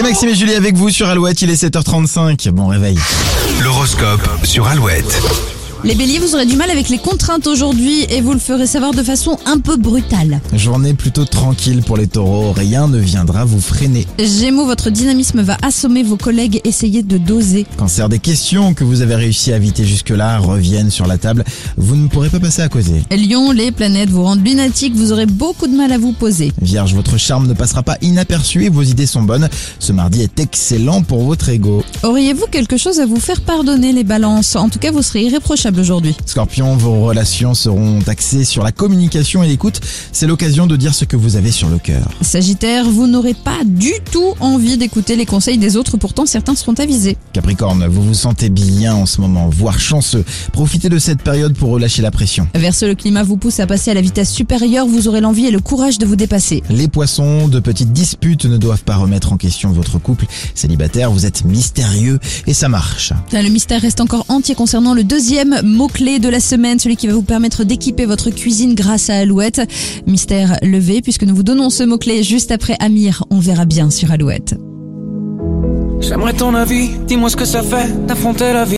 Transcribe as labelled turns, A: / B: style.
A: Maxime et Julie avec vous sur Alouette, il est 7h35. Bon réveil.
B: L'horoscope sur Alouette.
C: Les béliers, vous aurez du mal avec les contraintes aujourd'hui et vous le ferez savoir de façon un peu brutale.
A: Journée plutôt tranquille pour les taureaux, rien ne viendra vous freiner.
C: Gémeaux, votre dynamisme va assommer vos collègues, essayez de doser.
A: Cancer, des questions que vous avez réussi à éviter jusque-là reviennent sur la table. Vous ne pourrez pas passer à côté.
C: Lyon, les planètes vous rendent lunatique, vous aurez beaucoup de mal à vous poser.
A: Vierge, votre charme ne passera pas inaperçu et vos idées sont bonnes. Ce mardi est excellent pour votre ego.
C: Auriez-vous quelque chose à vous faire pardonner les balances En tout cas, vous serez irréprochable aujourd'hui.
A: Scorpion, vos relations seront axées sur la communication et l'écoute. C'est l'occasion de dire ce que vous avez sur le cœur.
C: Sagittaire, vous n'aurez pas du tout envie d'écouter les conseils des autres, pourtant certains seront avisés.
A: Capricorne, vous vous sentez bien en ce moment, voire chanceux. Profitez de cette période pour relâcher la pression.
C: Verseau, le climat vous pousse à passer à la vitesse supérieure, vous aurez l'envie et le courage de vous dépasser.
A: Les poissons, de petites disputes ne doivent pas remettre en question votre couple. Célibataire, vous êtes mystérieux et ça marche.
C: Tiens, le mystère reste encore entier concernant le deuxième mot-clé de la semaine, celui qui va vous permettre d'équiper votre cuisine grâce à Alouette. Mystère levé, puisque nous vous donnons ce mot-clé juste après Amir. On verra bien sur Alouette.
D: J'aimerais ton avis, dis-moi ce que ça fait d'affronter la vie.